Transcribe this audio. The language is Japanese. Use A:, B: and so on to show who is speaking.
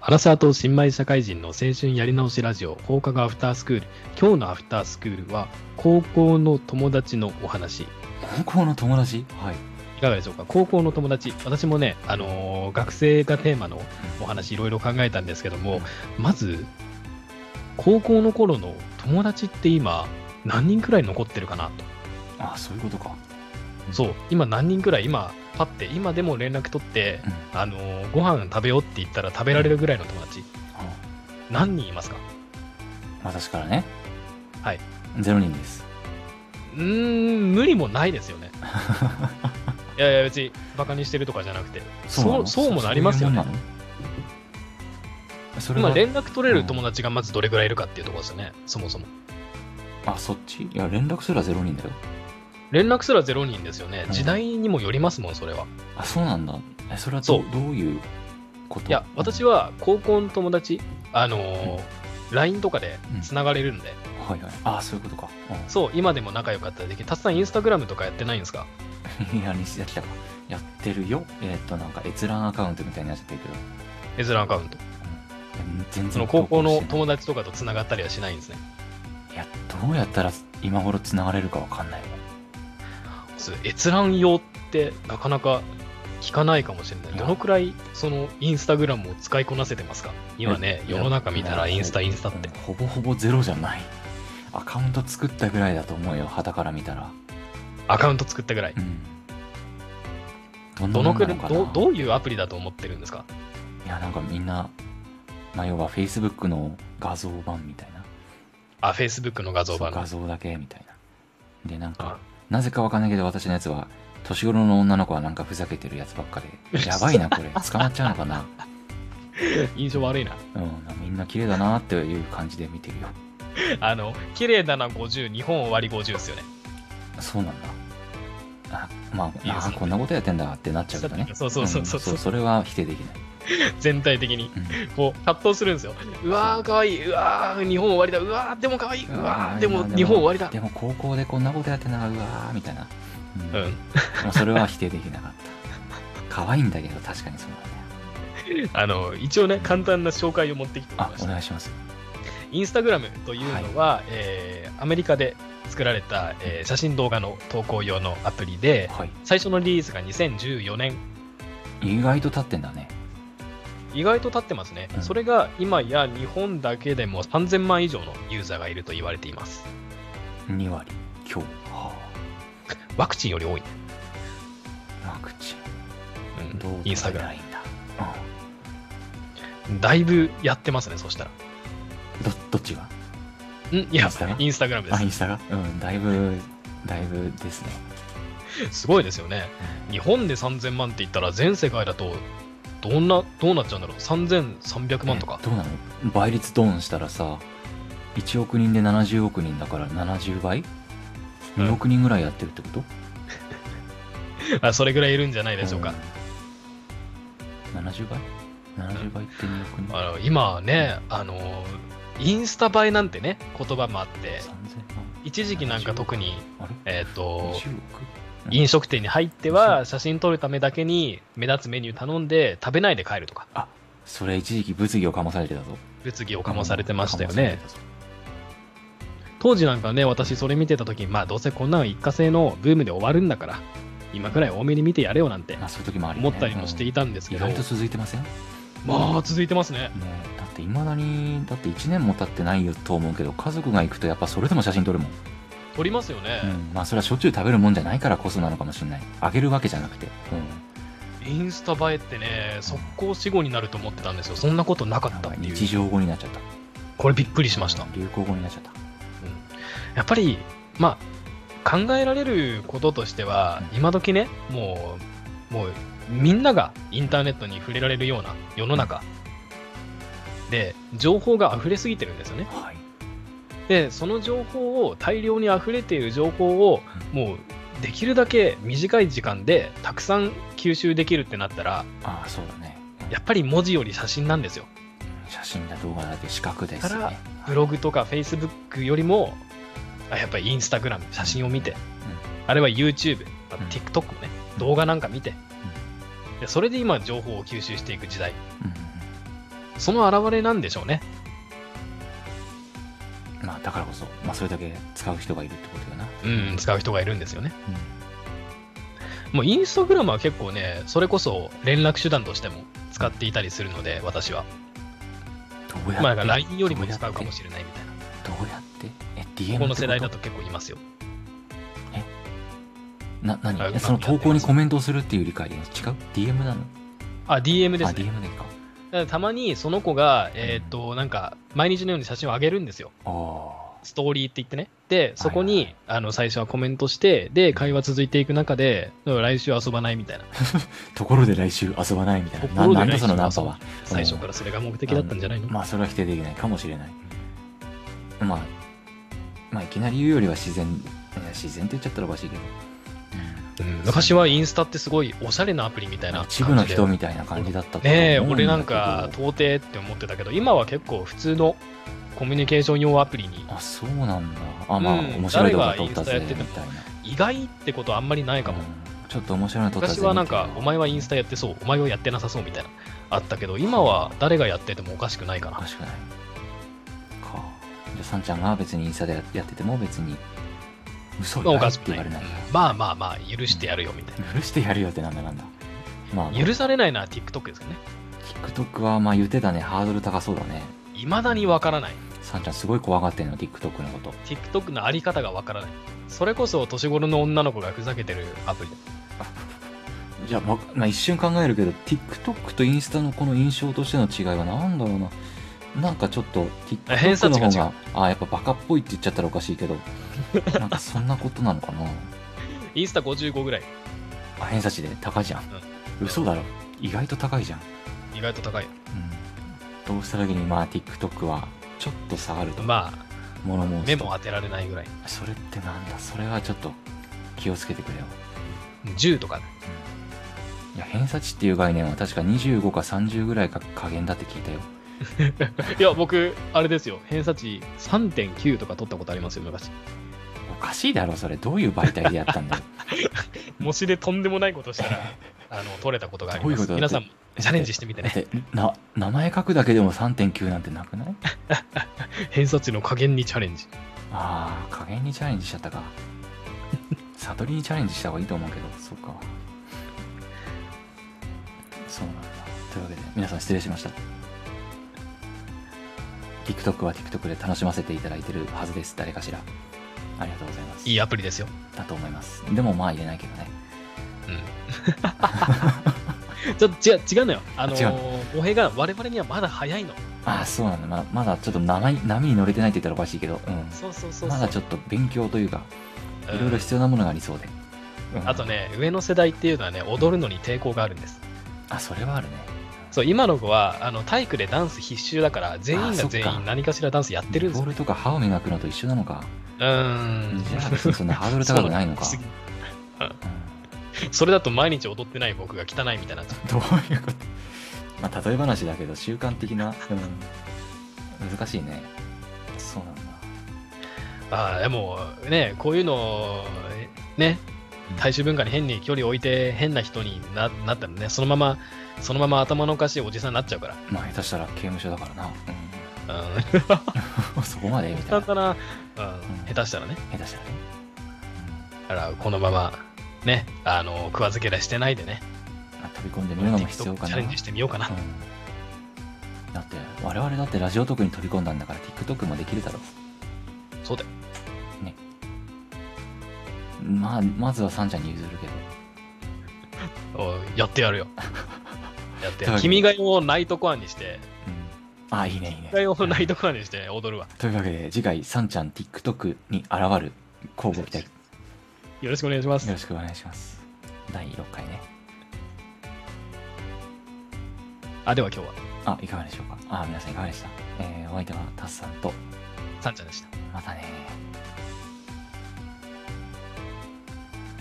A: アラサーと新米社会人の青春やり直しラジオ放課後アフタースクール今日のアフタースクールは高校の友達のお話い
B: 高校の友達はい。
A: かがでしょうか高校の友達私もね、あのー学生がテーマのお話いろいろ考えたんですけどもまず高校の頃の友達って今何人くらい残ってるかなと
B: ああ、そういうことか。
A: そう今何人くらい今パッて今でも連絡取って、あのーご飯食べようって言ったら食べられるぐらいの友達
B: あ
A: 何人いますか
B: 私からね。
A: はい。
B: ゼロ人です。
A: うーん無理もないです よねいやいや別にバカにしてるとかじゃなくて
B: な
A: そ
B: の
A: うそうもなりますよね
B: そういうもんなのそれ
A: ま
B: は
A: あ、連絡取れる友達がまずどれぐらいいるかっていうところですよね、そもそも
B: あ、そっちいや、連絡すらゼロ人だよ。
A: 連絡すらゼロ人ですよね
B: うん
A: 時代にもよりますもんそれは
B: あ、そうなんだ。え、それはど
A: そう
B: どういうこと
A: いや私
B: は。
A: は高校の友達あのー LINE とかで
B: うん
A: つながれるんで、
B: はいはい。ああ、そういうことか。
A: そう今でも仲良かったりできるたっさんインスタグラムとかやってないんですか
B: うん、い や、西崎だか。やってるよ。えーっと、なんか閲覧アカウントみたいになっちゃってるけど。
A: エズラアカウント
B: うん全然
A: その高校の
B: 投稿してない
A: 友達とかとつながったりはしないんですね
B: いやどうやったら今頃繋がれるかわかんないわ
A: そう閲覧用ってなかなか聞かないかもしれない。どのくらいそのインスタグラムを使いこなせてますか今ね、世の中見たらインスタ、インスタって
B: うん。ほぼほぼゼロじゃないアカウント作ったぐらいだと思うよ旗から見たら
A: アカウント作ったぐらい。
B: うん
A: どのく
B: ら
A: ら
B: い
A: い、どどういうアプリだと思ってるんですか
B: いやなんかみんな、まあ、要は Facebook の画像版みたいな
A: あ、Facebook の画像
B: そう
A: 版。
B: 画像だけみたいなでなん
A: あ
B: かなぜかわかんないけど私のやつは年頃の女の子はなんかふざけてるやつばっかでやばいな これ捕まっちゃうのかな
A: 印象悪いな。
B: うんみんな綺麗だなっていう感じで見てるよ
A: あの、綺麗だな50、日本終わり50ですよね。
B: そうなんだ。あまあ
A: いいです
B: あ
A: ね
B: こんなことやってんだってなっちゃうけどね。
A: そうそうそうそう
B: うんそれは否定できない。
A: 全体的に。
B: うん
A: こう、葛藤するんですよ。うわー、かわいい。うわー、日本終わりだ。うわー、でもかわいい。うわー、でも日本終わりだ。
B: でも高校でこんなことやってんだうわーみたいな。
A: う
B: うん
A: ん。
B: まあそれは否定できなかった。可愛いんだけど確かにそうだね。
A: あの、一応ね、簡単な紹介を持ってきており
B: あ
A: まし
B: お
A: た。
B: 願いします。
A: インスタグラムというのは、えーアメリカで作られた、えー写真動画の投稿用のアプリで
B: はい。
A: 最初のリリースが2014年
B: 意外と立ってんだね。
A: 意外と経ってますね、
B: うん
A: それが今や日本だけでも3000万以上のユーザーがいると言われています
B: 2割強。は
A: ワクチンより多い、
B: あ、ワクチ
A: うん
B: ンどう
A: インスタグラ
B: ないんだ。う
A: ムだいぶやってますねそしたら
B: んどどっちが
A: んいや
B: インスタが
A: インスタグラムで
B: あインスタがうんだいぶだいぶですね。
A: すすごいですよね日本で3000万って言ったら全世界だとどんなどうなっちゃうんだろう3300万とか
B: えどうなの倍率ドンしたらさ1億人で70億人だから70倍
A: うん
B: 2億人ぐらいやってるってこと、
A: あそれぐらいいるんじゃないでしょうか、
B: うん70倍 ?70 倍って2億人、
A: あの今ね、あのインスタ映えなんてね、言葉もあって、
B: 3000万
A: 一時期なんか特に、
B: あれ
A: えっ、と、
B: 20億
A: 飲食店に入っては、写真撮るためだけに目立つメニュー頼んで、食べないで帰るとか、
B: それ一時期物議をかまされてたぞ
A: 物議を醸されてましたよ
B: うん
A: ね
B: 醸。されて
A: 当時なんかね、私それ見てた時に、まあどうせこんなの一過性のブームで終わるんだから、今くらい多めに見てやれよなんて
B: たぞまあそういう時もあるよね
A: 思ったりもしていたんです
B: う
A: け
B: ん意
A: ど、
B: 外と続いてませんね
A: まあ続いてますね。
B: だっていまだにだって1年も経ってないよと思うけど家族が行くとやっぱそれでも写真撮るもん
A: 撮りますよね。
B: うん、まあそれはしょっちゅう食べるもんじゃないからこそなのかもしれないあげるわけじゃなくて、うん
A: インスタ映えってね、速攻死後になると思ってたんですよ。そんなことなか
B: な
A: っ
B: ん
A: たっ
B: か
A: てい
B: 日
A: う。
B: 常語になっちゃった
A: これびっくりしました。
B: 流行語になっちゃった
A: やっぱり、まあ、考えられることとしては、
B: う
A: 今時ね、もう、もう、みんながインターネットに触れられるような世の中で、情報が溢れすぎてるんですよね。
B: はい
A: で、その情報を、大量に溢れている情報を、もう、できるだけ短い時間でたくさん吸収できるってなったら、
B: ああそうだね
A: やっぱり文字より写真なんですよ。
B: 写真だ動画だって視覚です
A: か
B: ね
A: らブログとか Facebook よりも、あやっぱりインスタグラム、写真を見て、あれは YouTube、あと
B: うん
A: TikTok もね、動画なんか見て、でそれで今、情報を吸収していく時代。
B: うんうん
A: その表れなんでしょうね。
B: まあだからこそ、まあそれだけ使う人がいるってことだな。
A: うん、使う人がいるんですよね。もうインスタグラムは結構ね、それこそ連絡手段としても使っていたりするので、私は。
B: どうやって、
A: まあ、だから LINE よりも使うかもしれないみたいな。
B: どうやってえ、
A: こ
B: DM
A: この世代だ
B: って
A: と結構いますよ。
B: こと。な、何
A: あ
B: えその投稿にコメントをするっていう理解で違う ?DM なの
A: あ、DM です
B: あ、
A: ね。
B: DM でいいか。
A: だからたまにその子が、えーっと、なんか、毎日のように写真を上げるんですよ。
B: ああ。
A: ストーリーって言ってね。で、そこに、
B: はいはい
A: あの最初はコメントして、で、会話続いていく中で、来週遊ばないみたいな。
B: ところで来週遊ばないみたいな。な
A: ところで
B: なんだ
A: 来週
B: そのナンパは。
A: 最初からそれが目的だったんじゃないの
B: まあそれは否定できないかもしれない。まあ、まあいきなり言うよりは自然、いや自然って言っちゃったらおかしいけど。
A: うん昔はインスタってすごいおしゃれなアプリみたいな
B: まあ
A: 感じ
B: 一
A: で。
B: 部の人みたいな感じだったと思うんだけど
A: ねえ、俺なんか到底って思ってたけど、今は結構普通のコミュニケーション用アプリに
B: あそうなんだあまあ、
A: うん
B: 面白い動画撮った
A: 誰がインスタや
B: ぜ
A: ってて
B: み
A: も
B: たいな、
A: 意外ってことはあんまりないかも
B: う。んちょっと面白いの撮ったぜ
A: 昔はなん
B: み
A: か、
B: たい
A: お前はインスタやってそう、お前はやってなさそうみたいな、あったけど、今は誰がやっててもおかしくないか
B: おか
A: な。
B: しくないかじゃあさんちゃんが別にインスタでややってても別に嘘
A: まあお
B: や
A: か
B: っ
A: してく
B: 言
A: な
B: わ
A: い。う
B: れ
A: ん
B: ない
A: まあまあまあ、許してやるよみたいな。
B: 許してやるよってなんだなんだまあ
A: 許されないのは TikTok ですよね。
B: TikTok はまあ言ってたねハードル高そうだね
A: いまだにわからない。
B: さんちゃんすごい怖がってんの TikTok のこと
A: TikTok のあり方がわからない。それこそ年頃の女の子がふざけてるアプリ。
B: じゃあ、ままあ、一瞬考えるけど TikTok とインスタのこの印象としての違いは何だろうななんかちょっと
A: あ 偏
B: TikTok
A: 差
B: の
A: 値が違う
B: 方がああやっぱバカっぽいって言っちゃったらおかし いけどなんかそんなことなのかな
A: インスタ55ぐらい。
B: あ偏差値で高いじゃん、嘘だろ意外と高いじゃん、
A: 意外と高い。
B: うん、どうした時にまあ TikTok はちょっと下がると
A: ま
B: 物
A: あ、
B: 申
A: 目
B: すと
A: も当てられないぐらい。
B: それってなんだそれはちょっと気をつけてくれよ
A: 10とかね。
B: いや偏差値っていう概念は確か25か30ぐらいが加減だって聞いたよ
A: いや、僕、あれですよ。偏差値3.9とか取ったことありますよ、昔。
B: おかしいだろそれどういう媒体でやったんだよ
A: 模試でとんでもないことした ら、あの、取れたことがあり
B: どうい
A: ま
B: うこと
A: す。皆
B: だ
A: さんもチャレンジしてみて
B: だっ
A: ね。
B: てな名前書くだけでも3.9なんてなくない
A: 偏差値の加減にチャレンジ。
B: ああ加減にチャレンジしちゃったか悟りにチャレンジした方がいいと思うけどそっかそうなんだというわけで皆さん失礼しました TikTok は TikTok で楽しませていただいてるはずです誰かしらありがとうございます
A: いいアプリですよ。
B: だと思いますでもまあ言えないけどね
A: ちょっと違う違うのよ。あの
B: 違
A: ー、おへが我々にはまだ早いの。
B: ああそうなんだままだちょっと波波に乗れてないって言ったらおかしいけど、うん、
A: そうそうそうそう。
B: まだちょっと勉強というか
A: うん
B: いろいろ必要なものがありそうで、うん
A: あとね、上の世代っていうのはね、踊るのに抵抗があるんです。
B: あそれはあるね
A: そう、今の子は、あの、体育でダンス必修だから、全
B: あ
A: 員
B: そっ
A: が
B: か
A: 全員何かしらダンスやってるんです
B: ボー
A: よ。
B: ルとか歯を磨くのと一緒なのか
A: うーん。
B: じゃあ別にそんなハードル高くないの か。
A: そう
B: うん
A: それだと毎日踊ってない僕が汚いみたいになっちゃう。
B: どういうことまあ例え話だけど習慣的な、うん難しいね。そうなんだ。
A: ああ、でも、ね、こういうの、ね、大衆文化に変に距離を置いて、変な人にななったらね、そのまま、そのまま頭のおかしいおじさんになっちゃうか
B: まあ下手したら刑務所だからな。
A: ら。うん。
B: うんそこまでみ
A: 簡
B: たいな。下
A: 単だな、
B: う
A: うんん、下手したらね。
B: 手したらね。
A: だから、このまま、ね、あの、食わず嫌いしてないでね、
B: うんまあ飛び込んでみるのも必要
A: TikTok
B: か
A: チ
B: な。
A: ャレンジしてみようかな。
B: うんだって我々だってラジオトークに飛び込んだんだから TikTok もできるだろ
A: そうだよ。
B: うまあまずはサンちゃんに譲るけど
A: おいやってや るよ。やってや
B: はい
A: る。君が代をナイトコアにして、
B: うんああいいねいいね
A: 君が代をナイトコアにして踊るわ。
B: というわけで次回さんちゃん TikTok に現る交互期待よ
A: よろしくお願いします。
B: ろしくお願いします第6回ね
A: あ、では今日は、
B: あいかがでしょうかあ皆さんいかがでした、えーお相手はタスさんと
A: サンちゃんでした。
B: またね